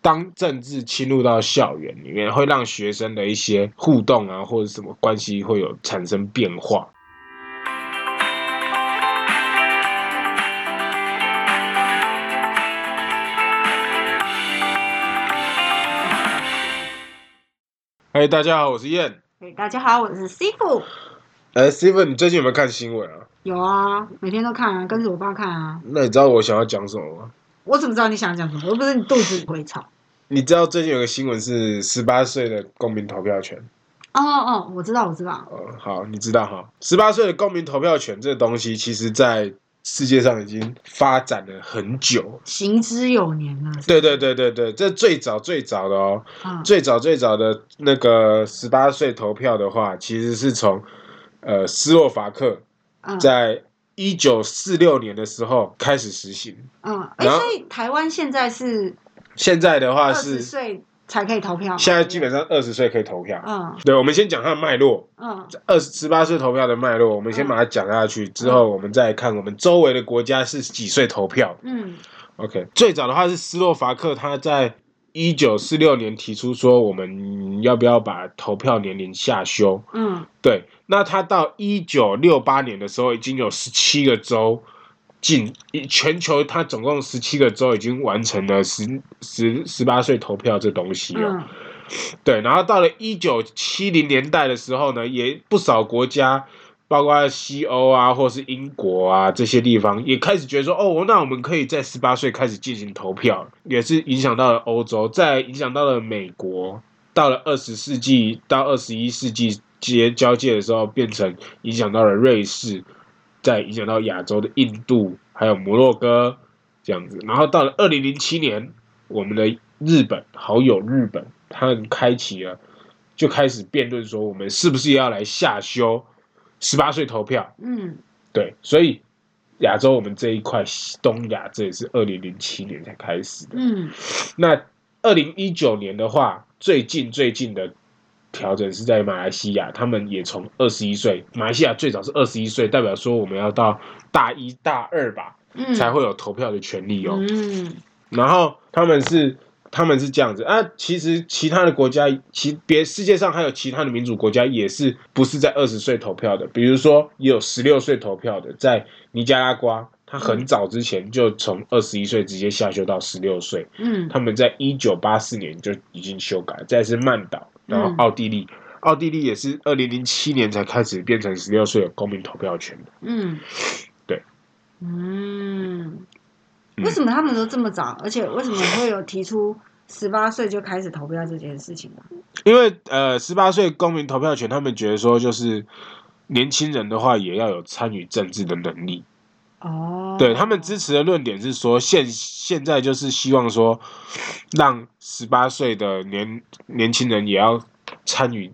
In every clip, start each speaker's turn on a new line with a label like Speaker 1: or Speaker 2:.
Speaker 1: 当政治侵入到校园里面，会让学生的一些互动啊，或者什么关系会有产生变化。嗨，哎大家好，我是燕。
Speaker 2: 嘿，大家好，我是 C 傅。
Speaker 1: 哎，Steven，你最近有没有看新闻啊？
Speaker 2: 有啊，每天都看啊，跟着我爸看啊。
Speaker 1: 那你知道我想要讲什么吗？
Speaker 2: 我怎么知道你想讲什么？又不是你肚子会吵。
Speaker 1: 你知道最近有个新闻是十八岁的公民投票权。
Speaker 2: 哦哦，我知道，我知道。
Speaker 1: 哦，好，你知道哈，十八岁的公民投票权这东西，其实在世界上已经发展了很久。
Speaker 2: 行之有年啊了。
Speaker 1: 对对对对对，这最早最早的哦，
Speaker 2: 嗯，
Speaker 1: 最早最早的那个十八岁投票的话，其实是从呃斯洛伐克
Speaker 2: 嗯
Speaker 1: 在一九四六年的时候开始实行。
Speaker 2: 嗯，哎、
Speaker 1: 然后
Speaker 2: 所以台湾现在是
Speaker 1: 现在的话
Speaker 2: 二十
Speaker 1: 是
Speaker 2: 岁才可以投票吗。
Speaker 1: 现在基本上二十岁可以投票。
Speaker 2: 嗯
Speaker 1: 对，我们先讲它的脉络，
Speaker 2: 嗯
Speaker 1: 二十十八岁投票的脉络，我们先把它讲下去，之后我们再看我们周围的国家是几岁投票。
Speaker 2: 嗯
Speaker 1: OK，最早的话是斯洛伐克，他在一九四六年提出说，我们要不要把投票年龄下修？
Speaker 2: 嗯，
Speaker 1: 对，那他到一九六八年的时候，已经有十七个州进全球，他总共十七个州已经完成了十十十八岁投票这东西了。
Speaker 2: 嗯
Speaker 1: 对，然后到了一九七零年代的时候呢，也不少国家，包括西欧啊，或是英国啊这些地方，也开始觉得说，哦，那我们可以在十八岁开始进行投票，也是影响到了欧洲，再影响到了美国，到了二十世纪到二十一世纪接交界的时候，变成影响到了瑞士，再影响到亚洲的印度，还有摩洛哥这样子，然后到了二零零七年，我们的日本好友日本，他们开启了，就开始辩论说我们是不是要来下修十八岁投票？
Speaker 2: 嗯
Speaker 1: 对，所以亚洲我们这一块东亚，这也是二零零七年才开始的。
Speaker 2: 嗯
Speaker 1: 那二零一九年的话，最近最近的调整是在马来西亚，他们也从二十一岁，马来西亚最早是二十一岁，代表说我们要到大一大二吧，
Speaker 2: 嗯，
Speaker 1: 才会有投票的权利哦。
Speaker 2: 嗯
Speaker 1: 然后他们是他们是这样子啊，其实其他的国家，其别世界上还有其他的民主国家也是不是在二十岁投票的，比如说也有十六岁投票的，在尼加拉瓜，他
Speaker 2: 嗯
Speaker 1: 很早之前就从二十一岁直接下修到十六岁，
Speaker 2: 嗯
Speaker 1: 他们在一九八四年就已经修改，再是曼岛，然后
Speaker 2: 嗯
Speaker 1: 奥地利。奥地利也是二零零七年才开始变成十六岁有公民投票权的。
Speaker 2: 嗯，
Speaker 1: 对，
Speaker 2: 嗯，为什么他们都这么早？而且为什么会有提出十八岁就开始投票这件事情啊呢？
Speaker 1: 因为呃，十八岁公民投票权，他们觉得说就是年轻人的话，也要有参与政治的能力。
Speaker 2: 哦，
Speaker 1: 对他们支持的论点是说，现现在就是希望说，让十八岁的年年轻人也要参与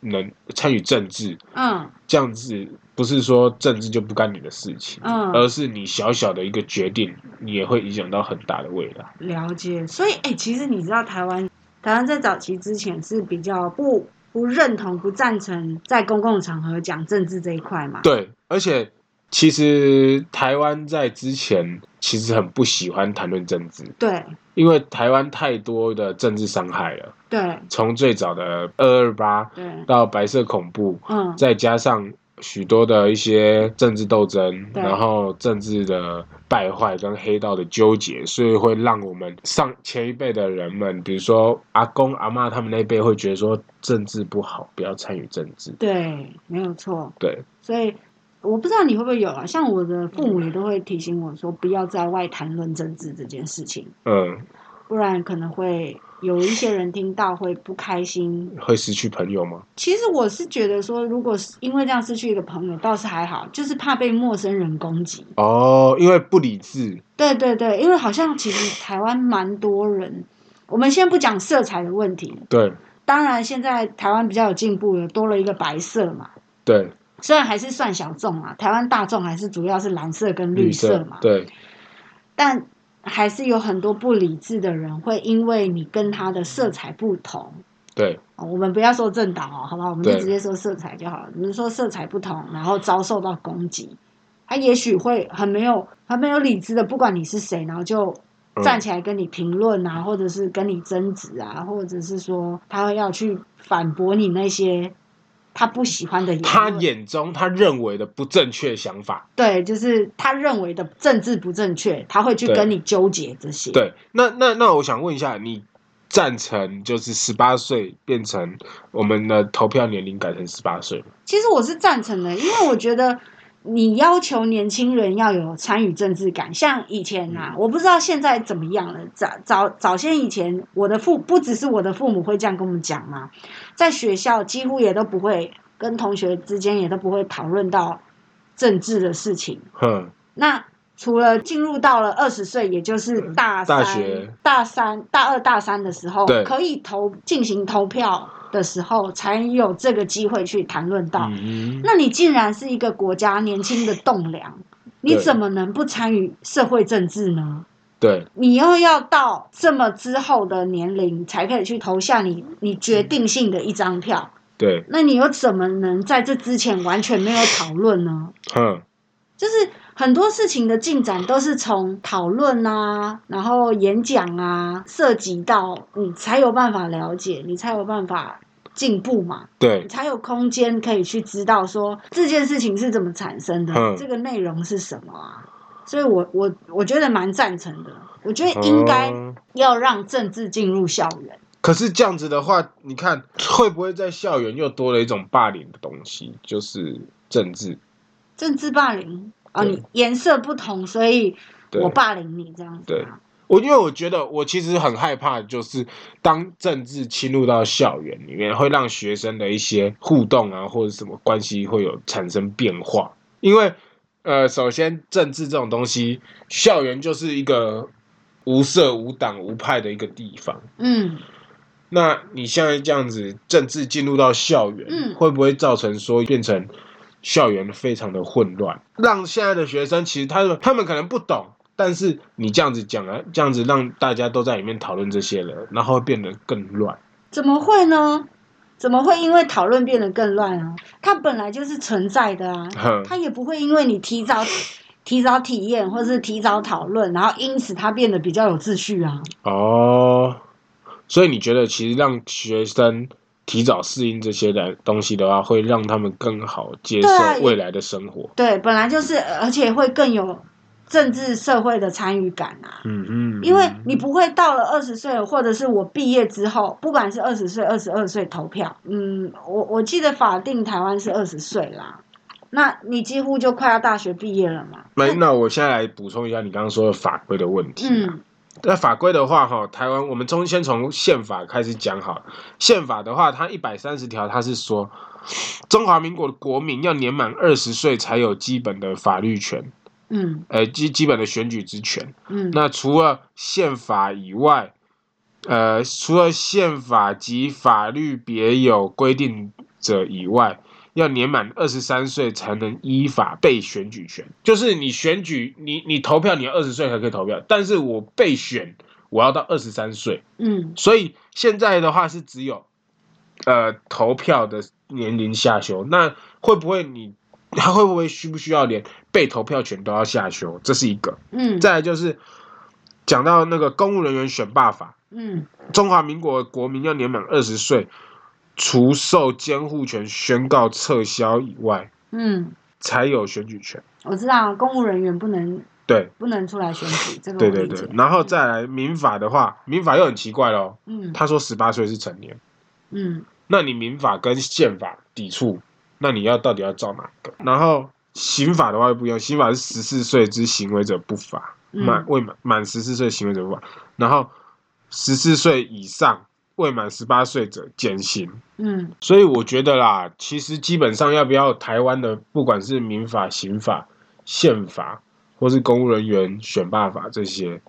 Speaker 1: 能参与政治，
Speaker 2: 嗯
Speaker 1: 这样子不是说政治就不干你的事情，
Speaker 2: 嗯
Speaker 1: 而是你小小的一个决定，你也会影响到很大的未来。
Speaker 2: 了解。所以，哎、其实你知道台湾，台湾在早期之前是比较不不认同、不赞成在公共场合讲政治这一块嘛。
Speaker 1: 对，而且其实台湾在之前其实很不喜欢谈论政治，
Speaker 2: 对
Speaker 1: 因为台湾太多的政治伤害了，
Speaker 2: 对
Speaker 1: 从最早的二二八
Speaker 2: 对，
Speaker 1: 到白色恐怖，
Speaker 2: 嗯
Speaker 1: 再加上许多的一些政治斗争，
Speaker 2: 对
Speaker 1: 然后政治的败坏跟黑道的纠结，所以会让我们上前一辈的人们，比如说阿公阿嬷他们那一辈，会觉得说政治不好，不要参与政治。
Speaker 2: 对，没有错。
Speaker 1: 对，
Speaker 2: 所以我不知道你会不会有啊，像我的父母也都会提醒我说，不要在外谈论政治这件事情，
Speaker 1: 嗯，
Speaker 2: 不然可能会有一些人听到会不开心。
Speaker 1: 会失去朋友吗？
Speaker 2: 其实我是觉得说，如果是因为这样失去一个朋友，倒是还好，就是怕被陌生人攻击。
Speaker 1: 哦，因为不理智，
Speaker 2: 对对对，因为好像其实台湾蛮多人，我们先不讲色彩的问题，
Speaker 1: 对
Speaker 2: 当然现在台湾比较有进步，有多了一个白色嘛，
Speaker 1: 对，
Speaker 2: 虽然还是算小众啊，台湾大众还是主要是蓝色跟绿
Speaker 1: 色
Speaker 2: 嘛，
Speaker 1: 对
Speaker 2: 但还是有很多不理智的人会因为你跟他的色彩不同。
Speaker 1: 对
Speaker 2: 哦我们不要说政党哦，好不好？我们就
Speaker 1: 对
Speaker 2: 直接说色彩就好了。我们说色彩不同，然后遭受到啊攻击，他也许会很没有、很没有理智的，不管你是谁，然后就
Speaker 1: 嗯
Speaker 2: 站起来跟你评论啊，或者是跟你争执啊，或者是说他要去反驳你那些他不喜欢的言
Speaker 1: 他
Speaker 2: 论
Speaker 1: 眼中他认为的不正确想法。
Speaker 2: 对，就是他认为的政治不正确，他会去
Speaker 1: 对
Speaker 2: 跟你纠结这些。
Speaker 1: 对，那那那我想问一下，你赞成就是十八岁变成我们的投票年龄改成十八岁吗？
Speaker 2: 其实我是赞成的，因为我觉得你要求年轻人要有参与政治感，像以前啊，
Speaker 1: 嗯
Speaker 2: 我不知道现在怎么样了。早早早些以前，我的父不只是我的父母会这样跟我们讲嘛，在学校几乎也都不会跟同学之间也都不会讨论到政治的事情。
Speaker 1: 哼，
Speaker 2: 那除了进入到了二十岁，也就是大三、
Speaker 1: 嗯大学、
Speaker 2: 大三、大二、大三的时候
Speaker 1: 对，
Speaker 2: 可以投进行投票的时候，才有这个机会去谈论到。
Speaker 1: 嗯，
Speaker 2: 那你竟然是一个国家年轻的栋梁，你
Speaker 1: 对
Speaker 2: 怎么能不参与社会政治呢？
Speaker 1: 对，
Speaker 2: 你又要到这么之后的年龄才可以去投下你你决定性的一张票，
Speaker 1: 对，
Speaker 2: 那你又怎么能在这之前完全没有讨论呢？
Speaker 1: 哼，
Speaker 2: 就是很多事情的进展都是从讨论啊，然后演讲啊，涉及到你才有办法了解，你才有办法进步嘛，
Speaker 1: 对
Speaker 2: 你，才有空间可以去知道说这件事情是怎么产生的，
Speaker 1: 嗯
Speaker 2: 这个内容是什么啊。所以我，我我觉得蛮赞成的。我觉得应该
Speaker 1: 嗯
Speaker 2: 要让政治进入校园。
Speaker 1: 可是这样子的话，你看会不会在校园又多了一种霸凌的东西，就是政治？
Speaker 2: 政治霸凌啊，
Speaker 1: 对
Speaker 2: 你颜色不同，所以
Speaker 1: 对
Speaker 2: 我霸凌你这样子、啊。
Speaker 1: 我因为我觉得我其实很害怕，就是当政治侵入到校园里面，会让学生的一些互动啊，或者什么关系会有产生变化。因为呃，首先政治这种东西，校园就是一个无色、无党、无派的一个地方。
Speaker 2: 嗯，
Speaker 1: 那你现在这样子，政治进入到校园，
Speaker 2: 嗯
Speaker 1: 会不会造成说变成校园非常的混乱，让现在的学生其实他们他们可能不懂，但是你这样子讲啊，这样子让大家都在里面讨论这些了，然后会变得更乱。
Speaker 2: 怎么会呢？怎么会因为讨论变得更乱啊？它本来就是存在的啊，
Speaker 1: 哼，
Speaker 2: 它也不会因为你提早 提早体验或是提早讨论，然后因此它变得比较有秩序啊。
Speaker 1: 哦，所以你觉得其实让学生提早适应这些的东西的话，会让他们更好接受
Speaker 2: 对啊也
Speaker 1: 未来的生活。
Speaker 2: 对，本来就是，而且会更有政治社会的参与感啊。
Speaker 1: 嗯嗯，
Speaker 2: 因为你不会到了二十岁，或者是我毕业之后，不管是二十岁、二十二岁投票，嗯，我我记得法定台湾是二十岁啦，那你几乎就快要大学毕业了嘛。
Speaker 1: 那那我现在来补充一下你刚刚说的法规的问题。
Speaker 2: 嗯，
Speaker 1: 那法规的话，哈，台湾我们从先从宪法开始讲好了。宪法的话，它一百三十条，它是说，中华民国的国民要年满二十岁才有基本的法律权，
Speaker 2: 嗯
Speaker 1: 呃，基基本的选举之权。
Speaker 2: 嗯
Speaker 1: 那除了宪法以外，呃，除了宪法及法律别有规定者以外，要年满二十三岁才能依法被选举权。就是你选举，你你投票，你二十岁才可以投票，但是我被选，我要到二十三岁。
Speaker 2: 嗯
Speaker 1: 所以现在的话是只有，呃，投票的年龄下修。那会不会你，他会不会需不需要连被投票权都要下修？这是一个。
Speaker 2: 嗯
Speaker 1: 再来就是讲到那个公务人员选罢法，
Speaker 2: 嗯
Speaker 1: 中华民国国民要年满二十岁，除受监护权宣告撤销以外，
Speaker 2: 嗯，
Speaker 1: 才有选举权。
Speaker 2: 我知道公务人员不能
Speaker 1: 对
Speaker 2: 不能出来选举，这个
Speaker 1: 对
Speaker 2: 我
Speaker 1: 对
Speaker 2: 哦理
Speaker 1: 对
Speaker 2: 解，。
Speaker 1: 然后再来民法的话，民法又很奇怪咯，
Speaker 2: 嗯
Speaker 1: 他说十八岁是成年，
Speaker 2: 嗯
Speaker 1: 那你民法跟宪法抵触，那你要到底要照哪一个？然后刑法的话又不一样，刑法是十四岁之行为者不罚。满
Speaker 2: 嗯
Speaker 1: 未满满十四岁行为者不法，然后十四岁以上未满十八岁者减刑。
Speaker 2: 嗯
Speaker 1: 所以我觉得啦，其实基本上要不要台湾的，不管是民法、刑法、宪法，或是公务人员选罢法这些，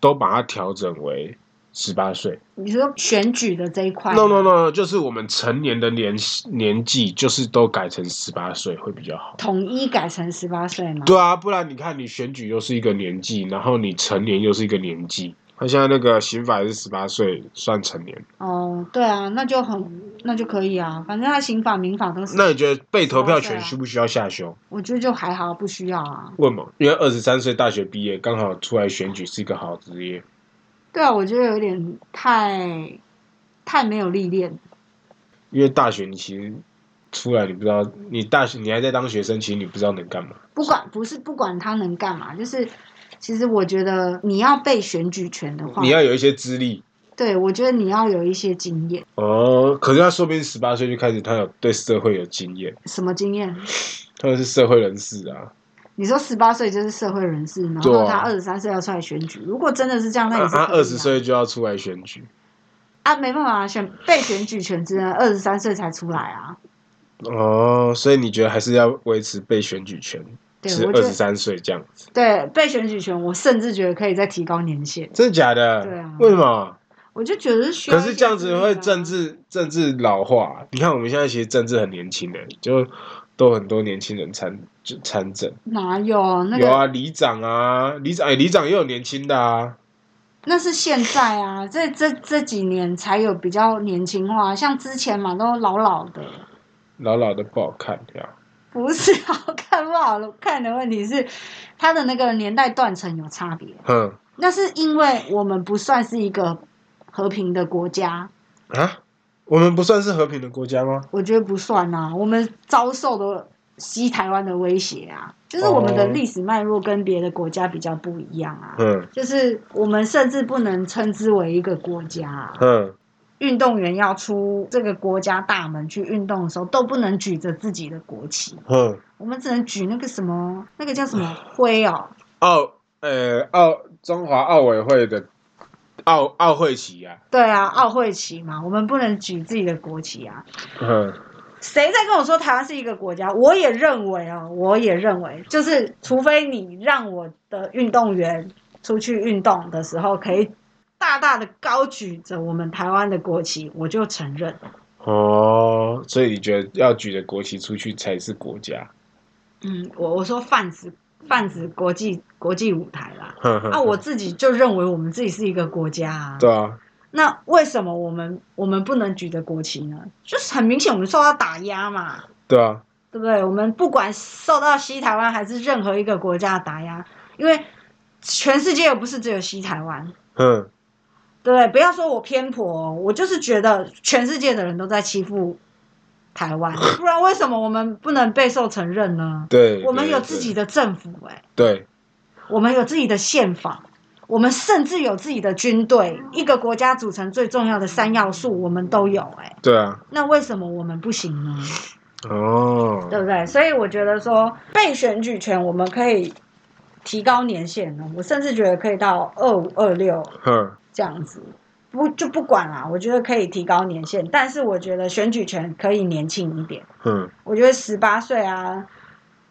Speaker 1: 都把它调整为十八岁。
Speaker 2: 你说选举的这一块
Speaker 1: No no no，就是我们成年的年年纪，就是都改成十八岁会比较好。
Speaker 2: 统一改成十八岁吗？
Speaker 1: 对啊，不然你看你选举又是一个年纪，然后你成年又是一个年纪，他现在那个刑法也是十八岁算成年。
Speaker 2: 哦，对啊，那就很那就可以啊，反正他刑法民法都是，
Speaker 1: 那你觉得被投票
Speaker 2: 18岁
Speaker 1: 权
Speaker 2: 啊
Speaker 1: 需不需要下修？
Speaker 2: 我觉得就还好，不需要啊。
Speaker 1: 问嘛，因为二十三岁大学毕业，刚好出来选举是一个好职业。
Speaker 2: 对啊，我觉得有点太太没有历练。
Speaker 1: 因为大学你其实出来，你不知道，你大学你还在当学生，其实你不知道能干嘛。
Speaker 2: 不管不是不管他能干嘛，就是其实我觉得你要被选举权的话
Speaker 1: 你，要有一些资历
Speaker 2: 对我觉得你要有一些经验，
Speaker 1: 哦。可是他说不定十八岁就开始，他有对社会有经验，
Speaker 2: 什么经验？
Speaker 1: 他们是社会人士啊。
Speaker 2: 你说十八岁就是社会人士，然
Speaker 1: 对
Speaker 2: 后
Speaker 1: 啊
Speaker 2: 他二十三岁要出来选举，如果真的是这样，那
Speaker 1: 他
Speaker 2: 也是可以
Speaker 1: 他
Speaker 2: 啊
Speaker 1: 二十岁就要出来选举，
Speaker 2: 啊，没办法，选被选举权之人二十三岁才出来啊。
Speaker 1: 哦，所以你觉得还是要维持被选举权
Speaker 2: 对，
Speaker 1: 是
Speaker 2: 我
Speaker 1: 二
Speaker 2: 觉
Speaker 1: 十
Speaker 2: 得
Speaker 1: 三岁这样子？
Speaker 2: 对被选举权，我甚至觉得可以再提高年限。
Speaker 1: 真的假的？
Speaker 2: 对啊
Speaker 1: 为什么？
Speaker 2: 我就觉得需要
Speaker 1: 可
Speaker 2: 一些
Speaker 1: 是这样子会政
Speaker 2: 资历啊，
Speaker 1: 治政治老化。啊你看我们现在其实政治很年轻的，就都很多年轻人参就参政。
Speaker 2: 哪有那
Speaker 1: 有
Speaker 2: 个？
Speaker 1: 啊，里长啊，里长哎、里长也有年轻的啊。
Speaker 2: 那是现在啊，这这这几年才有比较年轻化，像之前嘛都老老的，
Speaker 1: 老老的不好看，对啊。
Speaker 2: 不是 好看不好看的问题是，它的那个年代断层有差别。
Speaker 1: 哼
Speaker 2: 那是因为我们不算是一个和平的国家，
Speaker 1: 啊，我们不算是和平的国家吗？
Speaker 2: 我觉得不算啊。我们遭受的西台湾的威胁啊，就是我们的
Speaker 1: 哦
Speaker 2: 历史脉络跟别的国家比较不一样啊。
Speaker 1: 嗯
Speaker 2: 就是我们甚至不能称之为一个国家、啊，
Speaker 1: 哼，
Speaker 2: 运动员要出这个国家大门去运动的时候，都不能举着自己的国旗，
Speaker 1: 哼，
Speaker 2: 我们只能举那个什么，那个叫什么徽哦，
Speaker 1: 奥呃奥中华奥委会的奥奥会旗啊，
Speaker 2: 对啊，奥会旗嘛，我们不能举自己的国旗啊。
Speaker 1: 嗯
Speaker 2: 谁在跟我说台湾是一个国家？我也认为哦，我也认为，就是除非你让我的运动员出去运动的时候，可以大大的高举着我们台湾的国旗，我就承认。
Speaker 1: 哦，所以你觉得要举着国旗出去才是国家？
Speaker 2: 嗯，我我说泛指泛指国际国际舞台啦。
Speaker 1: 哼哼
Speaker 2: 啊，我自己就认为我们自己是一个国家啊。
Speaker 1: 对啊，
Speaker 2: 那为什么我们我们不能举着国旗呢？就是很明显我们受到打压嘛。
Speaker 1: 对啊，
Speaker 2: 对不对？我们不管受到西台湾还是任何一个国家的打压，因为全世界又不是只有西台湾，
Speaker 1: 哼
Speaker 2: 对不对？不要说我偏颇哦、我就是觉得全世界的人都在欺负台湾，不然为什么我们不能备受承认呢？
Speaker 1: 对，
Speaker 2: 我们
Speaker 1: 对
Speaker 2: 有自己的政府、哎，
Speaker 1: 对
Speaker 2: 我们有自己的宪法。我们甚至有自己的军队，一个国家组成最重要的三要素，我们都有、哎，
Speaker 1: 对啊，
Speaker 2: 那为什么我们不行呢？
Speaker 1: 哦，
Speaker 2: 对不对？所以我觉得说被选举权我们可以提高年限呢，我甚至觉得可以到二五二六
Speaker 1: 哼
Speaker 2: 这样子，不就不管啦、我觉得可以提高年限，但是我觉得选举权可以年轻一点，
Speaker 1: 哼，
Speaker 2: 我觉得十八岁啊、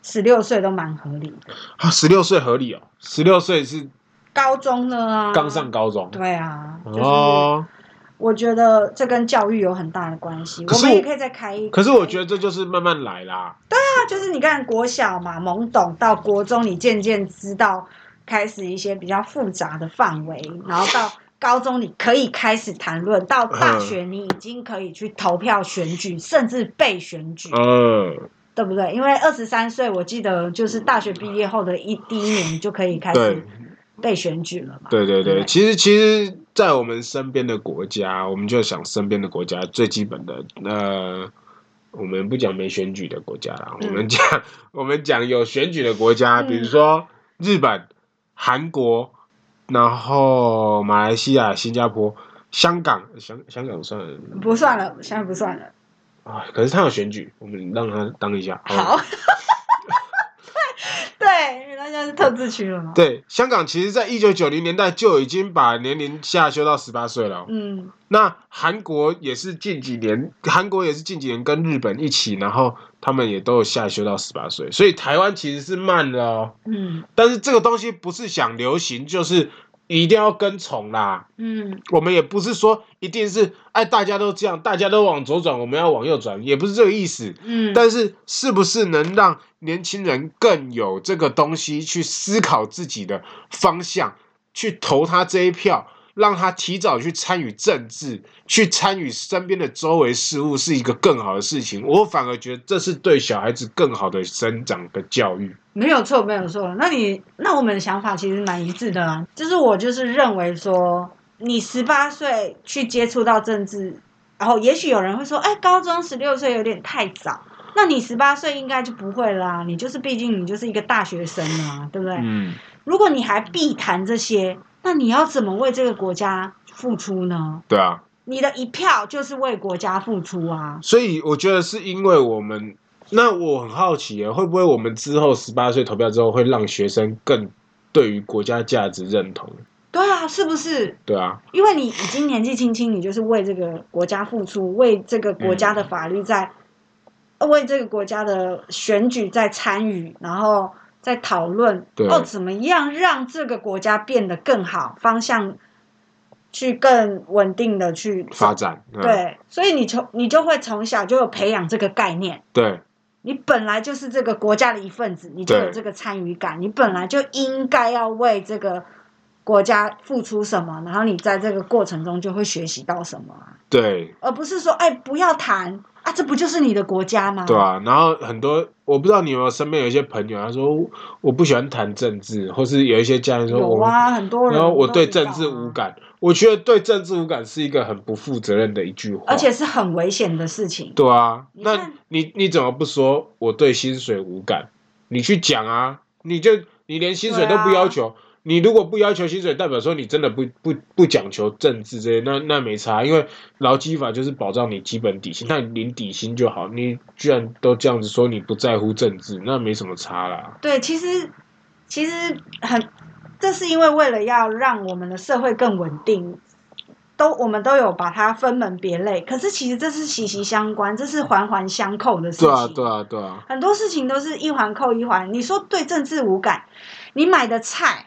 Speaker 2: 十六岁都蛮合理的。
Speaker 1: 啊，十六岁合理哦，十六岁是
Speaker 2: 高中呢啊，
Speaker 1: 刚上高中，
Speaker 2: 对啊，就是
Speaker 1: 哦，
Speaker 2: 我觉得这跟教育有很大的关系。
Speaker 1: 可
Speaker 2: 我
Speaker 1: 是
Speaker 2: 们
Speaker 1: 我
Speaker 2: 也可以再开一，
Speaker 1: 可是我觉得这就是慢慢来啦。
Speaker 2: 那就是你看国小嘛，懵懂到国中，你渐渐知道开始一些比较复杂的范围，然后到高中你可以开始谈论，到大
Speaker 1: 嗯
Speaker 2: 学你已经可以去投票选举，甚至被选举，
Speaker 1: 嗯，
Speaker 2: 对不对？因为二十三岁，我记得就是大学毕业后的一第一年就可以开
Speaker 1: 对
Speaker 2: 始被选举了嘛。
Speaker 1: 对对对，
Speaker 2: 对
Speaker 1: 其实其实，在我们身边的国家，我们就想身边的国家最基本的，呃，我们不讲没选举的国家啦，
Speaker 2: 嗯
Speaker 1: 我们讲我们讲有选举的国家，
Speaker 2: 嗯
Speaker 1: 比如说日本、韩国，然后马来西亚、新加坡、香港，香香港算
Speaker 2: 不算了，现在不算了。
Speaker 1: 啊，可是他有选举，我们让他当一下。吧
Speaker 2: 好， 对对，因为它现在是特制区了嘛。
Speaker 1: 对，香港其实在一九九零年代就已经把年龄下修到十八岁了哦。
Speaker 2: 嗯，
Speaker 1: 那韩国也是近几年，韩国也是近几年跟日本一起，然后他们也都有下修到十八岁，所以台湾其实是慢了哦。
Speaker 2: 嗯
Speaker 1: 但是这个东西不是想流行，就是一定要跟从啦。
Speaker 2: 嗯
Speaker 1: 我们也不是说一定是哎大家都这样，大家都往左转，我们要往右转，也不是这个意思。
Speaker 2: 嗯，
Speaker 1: 但是是不是能让年轻人更有这个东西去思考自己的方向，去投他这一票？让他提早去参与政治，去参与身边的周围事物，是一个更好的事情。我反而觉得这是对小孩子更好的生长跟教育。
Speaker 2: 没有错，没有错。那你那我们的想法其实蛮一致的啊，就是我就是认为说，你十八岁去接触到政治，然后也许有人会说，哎，高中十六岁有点太早。那你十八岁应该就不会啦、你就是毕竟你就是一个大学生啊，对不对？
Speaker 1: 嗯，
Speaker 2: 如果你还避谈这些，那你要怎么为这个国家付出呢？
Speaker 1: 对啊，
Speaker 2: 你的一票就是为国家付出啊。
Speaker 1: 所以我觉得是因为我们，那我很好奇耶，会不会我们之后十八岁投票之后，会让学生更对于国家价值认同？
Speaker 2: 对啊，是不是？
Speaker 1: 对啊，
Speaker 2: 因为你已经年纪轻轻，你就是为这个国家付出，为这个国家的法律
Speaker 1: 嗯
Speaker 2: 在，为这个国家的选举在参与，然后在讨论
Speaker 1: 对
Speaker 2: 哦，怎么样让这个国家变得更好，方向去更稳定的去
Speaker 1: 发。展，嗯、
Speaker 2: 对，所以你从你就会从小就有培养这个概念。
Speaker 1: 对
Speaker 2: 你本来就是这个国家的一份子，你就有
Speaker 1: 对
Speaker 2: 这个参与感，你本来就应该要为这个国家付出什么，然后你在这个过程中就会学习到什么啊，
Speaker 1: 对
Speaker 2: 而不是说哎不要谈啊，这不就是你的国家吗？
Speaker 1: 对啊，然后很多我不知道你有没有身边有一些朋友，他说我不喜欢谈政治，或是有一些家人说
Speaker 2: 有
Speaker 1: 我们
Speaker 2: 啊，很多人、
Speaker 1: 然后我对政治
Speaker 2: 啊
Speaker 1: 无，感，我觉得对政治无感是一个很不负责任的一句话。
Speaker 2: 而且是很危险的事情。
Speaker 1: 对啊，
Speaker 2: 你
Speaker 1: 那
Speaker 2: 看
Speaker 1: 你你怎么不说我对薪水无感？你去讲啊，你就你连薪水都不要求，你如果不要求薪水，代表说你真的不不不讲求政治这些，那那没差，因为劳基法就是保障你基本底薪，那你领底薪就好。你居然都这样子说你不在乎政治，那没什么差啦。
Speaker 2: 对，其实其实很，这是因为为了要让我们的社会更稳定，都我们都有把它分门别类。可是其实这是息息相关，这是环环相扣的事情。
Speaker 1: 对啊，对啊，对啊，
Speaker 2: 很多事情都是一环扣一环。你说对政治无感，你买的菜，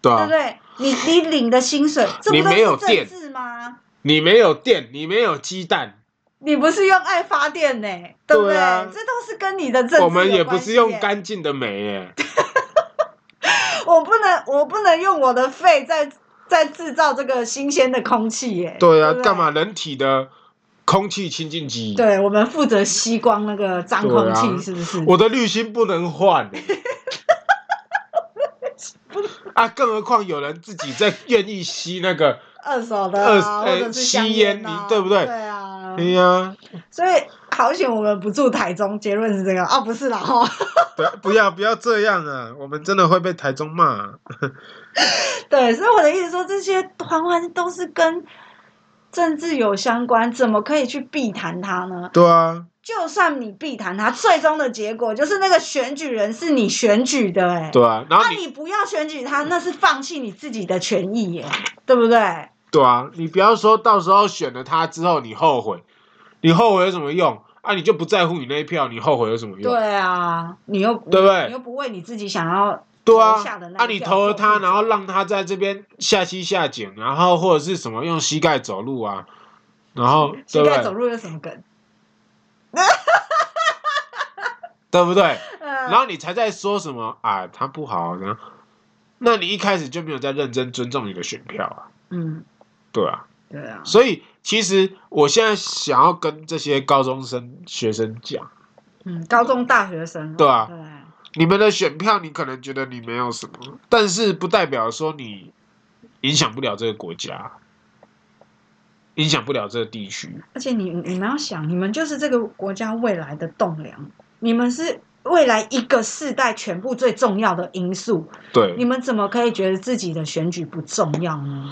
Speaker 1: 对
Speaker 2: 对
Speaker 1: 啊
Speaker 2: 不。对？你你领的薪水，这不
Speaker 1: 你
Speaker 2: 都
Speaker 1: 没有
Speaker 2: 是政
Speaker 1: 电
Speaker 2: 治吗？
Speaker 1: 你没有电，你没有鸡蛋，
Speaker 2: 你不是用爱发电呢、对不
Speaker 1: 对啊
Speaker 2: 这都是跟你的政治
Speaker 1: 我们
Speaker 2: 有
Speaker 1: 也
Speaker 2: 关
Speaker 1: 不是
Speaker 2: 系
Speaker 1: 用
Speaker 2: 耶
Speaker 1: 干净的煤耶。
Speaker 2: 我不能，我不能用我的肺在在制造这个新鲜的空气耶。
Speaker 1: 对啊，
Speaker 2: 不
Speaker 1: 干嘛？人体的空气清净机？
Speaker 2: 对我们负责吸光那个脏
Speaker 1: 对
Speaker 2: 空
Speaker 1: 啊
Speaker 2: 气，是不是？
Speaker 1: 我的滤芯不能换。啊，更何况有人自己在愿意吸那个，
Speaker 2: 二手的、啊，
Speaker 1: 二
Speaker 2: 或
Speaker 1: 呃
Speaker 2: 者是
Speaker 1: 吸
Speaker 2: 香
Speaker 1: 烟
Speaker 2: 啊
Speaker 1: 你对不对
Speaker 2: 对啊
Speaker 1: 哎，呀，
Speaker 2: 所以好险我们不住台中，结论是这个啊，不是啦哈。
Speaker 1: 不不要不要这样啊，我们真的会被台中骂啊、
Speaker 2: 对，所以我的意思说，这些环环都是跟政治有相关，怎么可以去避谈它呢？
Speaker 1: 对啊，
Speaker 2: 就算你避谈它，最终的结果就是那个选举人是你选举的、哎，
Speaker 1: 对啊，然后
Speaker 2: 那
Speaker 1: 你
Speaker 2: 你不要选举他，那是放弃你自己的权益耶，对不对？
Speaker 1: 对啊，你不要说到时候选了他之后你后悔，你后悔有什么用啊？你就不在乎你那一票，你后悔有什么用？
Speaker 2: 对啊，你又
Speaker 1: 对不对
Speaker 2: 你又不为你自己想要
Speaker 1: 对啊
Speaker 2: 投下的，那
Speaker 1: 啊，
Speaker 2: 一
Speaker 1: 你
Speaker 2: 票
Speaker 1: 投了
Speaker 2: 做
Speaker 1: 他，
Speaker 2: 负责
Speaker 1: 然后让他在这边下膝下井，然后或者是什么用膝盖走路啊，然后
Speaker 2: 膝
Speaker 1: 对
Speaker 2: 盖走
Speaker 1: 不对？
Speaker 2: 路有什么梗？
Speaker 1: 对不对？然
Speaker 2: 然
Speaker 1: 后你才在说什么啊？他不好，然后那你一开始就没有在认真尊重你的选票啊，
Speaker 2: 嗯，
Speaker 1: 对啊。
Speaker 2: 对啊，
Speaker 1: 所以其实我现在想要跟这些高中生学生讲，
Speaker 2: 嗯，高中大学生哦
Speaker 1: 对啊
Speaker 2: 对
Speaker 1: 你们的选票你可能觉得你没有什么，但是不代表说你影响不了这个国家，影响不了这个地区。
Speaker 2: 而且你你们要想，你们就是这个国家未来的栋梁，你们是未来一个世代全部最重要的因素，
Speaker 1: 对，
Speaker 2: 你们怎么可以觉得自己的选举不重要呢？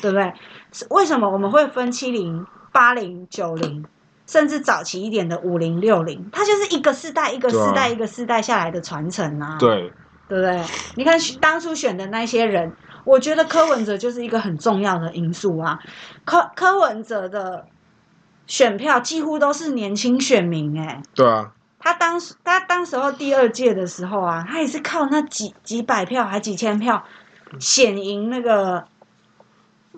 Speaker 2: 对不对？是为什么我们会分七零、八零、九零，甚至早期一点的五零、六零？它就是一个世代、一个世
Speaker 1: 对啊
Speaker 2: 代、一个世代下来的传承啊，
Speaker 1: 对
Speaker 2: 对不对？你看当初选的那些人，我觉得柯文哲就是一个很重要的因素啊。柯柯文哲的选票几乎都是年轻选民、哎，
Speaker 1: 对啊，
Speaker 2: 他当时他当时候第二届的时候啊，他也是靠那几几百票还几千
Speaker 1: 嗯
Speaker 2: 票险赢那个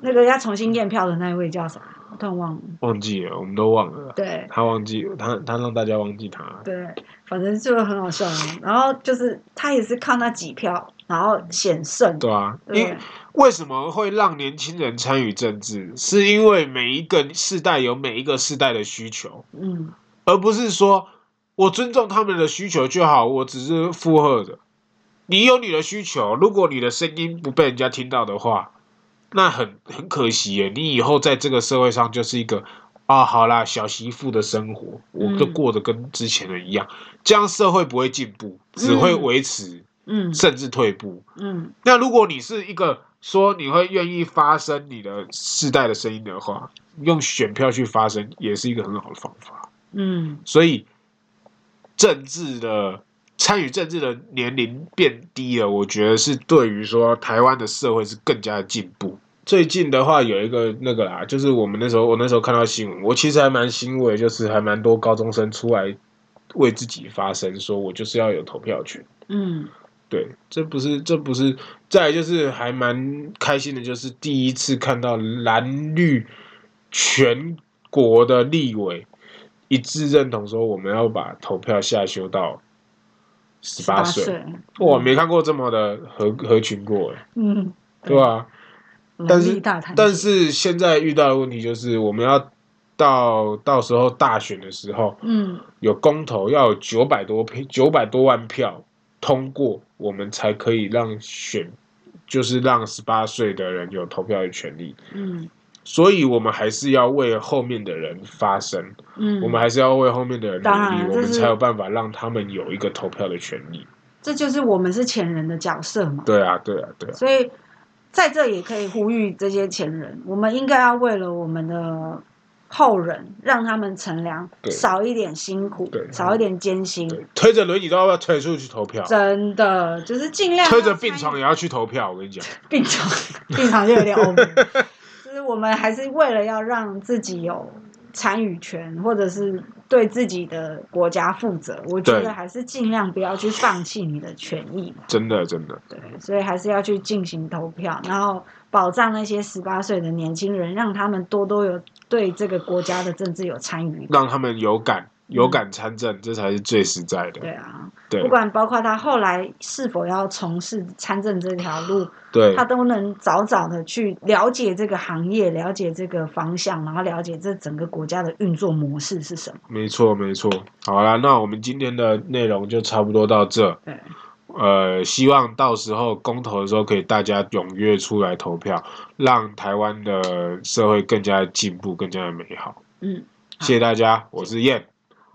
Speaker 2: 那个要重新验票的那一位叫什么？我突然忘了。
Speaker 1: 忘记了，我们都忘了。
Speaker 2: 对
Speaker 1: 他忘记他，他让大家忘记他。
Speaker 2: 对，反正就很好笑。然后就是他也是靠那几票，然后险胜。
Speaker 1: 对啊，
Speaker 2: 对
Speaker 1: 因为什么会让年轻人参与政治？是因为每一个世代有每一个世代的需求，
Speaker 2: 嗯，
Speaker 1: 而不是说我尊重他们的需求就好，我只是附和着。你有你的需求，如果你的声音不被人家听到的话，那很很可惜耶。你以后在这个社会上就是一个啊，好啦，小媳妇的生活，我就
Speaker 2: 嗯
Speaker 1: 过得跟之前的一样，这样社会不会进步，只会
Speaker 2: 嗯
Speaker 1: 维持
Speaker 2: 嗯
Speaker 1: 甚至退步。
Speaker 2: 嗯
Speaker 1: 那如果你是一个说你会愿意发声你的世代的声音的话，用选票去发声也是一个很好的方法。
Speaker 2: 嗯
Speaker 1: 所以，政治的参与政治的年龄变低了，我觉得是对于说台湾的社会是更加的进步。最近的话有一个那个啦，就是我们那时候我那时候看到新闻，我其实还蛮欣慰，就是还蛮多高中生出来为自己发声，说我就是要有投票权。
Speaker 2: 嗯
Speaker 1: 对，这不是，这不是，再来就是还蛮开心的，就是第一次看到蓝绿全国的立委一致认同说我们要把投票下修到十八岁，，嗯哇，没看过这么的合合群过，哎
Speaker 2: 嗯，
Speaker 1: 对吧？但是
Speaker 2: 能力大谈，
Speaker 1: 但是现在遇到的问题就是我们要到到时候大选的时候，
Speaker 2: 嗯
Speaker 1: 有公投要有九百多票，九百多万票通过，我们才可以让选，就是让十八岁的人有投票的权利。
Speaker 2: 嗯
Speaker 1: 所以，我们还是要为后面的人发声，
Speaker 2: 嗯，
Speaker 1: 我们还是要为后面的人努
Speaker 2: 当然
Speaker 1: 力，我
Speaker 2: 这
Speaker 1: 们
Speaker 2: 是嗯
Speaker 1: 才有办法让他们有一个投票的权利。
Speaker 2: 这就是我们是前人的角色嘛，
Speaker 1: 对啊，对啊，对啊，
Speaker 2: 所以在这也可以呼吁这些前人，我们应该要为了我们的后人，让他们乘凉，
Speaker 1: 对
Speaker 2: 少一点辛苦
Speaker 1: 对，
Speaker 2: 少一点艰辛，
Speaker 1: 对，推着轮椅都要推出去投票，
Speaker 2: 真的就是尽量
Speaker 1: 推着
Speaker 2: 要参与
Speaker 1: 病床也要去投票。我跟你 讲，
Speaker 2: 病床，病床就有点 over。就是我们还是为了要让自己有参与权，或者是对自己的国家负责，我觉
Speaker 1: 对
Speaker 2: 得还是尽量不要去放弃你的权益吧。
Speaker 1: 真的，真的，
Speaker 2: 对，所以还是要去进行投票，然后保障那些十八岁的年轻人，让他们多多有对这个国家的政治有参与。
Speaker 1: 让他们有感，有感参政，这才是最实在的。
Speaker 2: 嗯对啊，
Speaker 1: 对
Speaker 2: 不，管包括他后来是否要从事参政这条路，
Speaker 1: 对，
Speaker 2: 他都能早早的去了解这个行业，了解这个方向，然后了解这整个国家的运作模式是什么。
Speaker 1: 没错，没错。好啦，那我们今天的内容就差不多到这。
Speaker 2: 对，
Speaker 1: 呃，希望到时候公投的时候，可以大家踊跃出来投票，让台湾的社会更加的进步，更加的美好。
Speaker 2: 嗯，
Speaker 1: 谢谢大家，我是燕，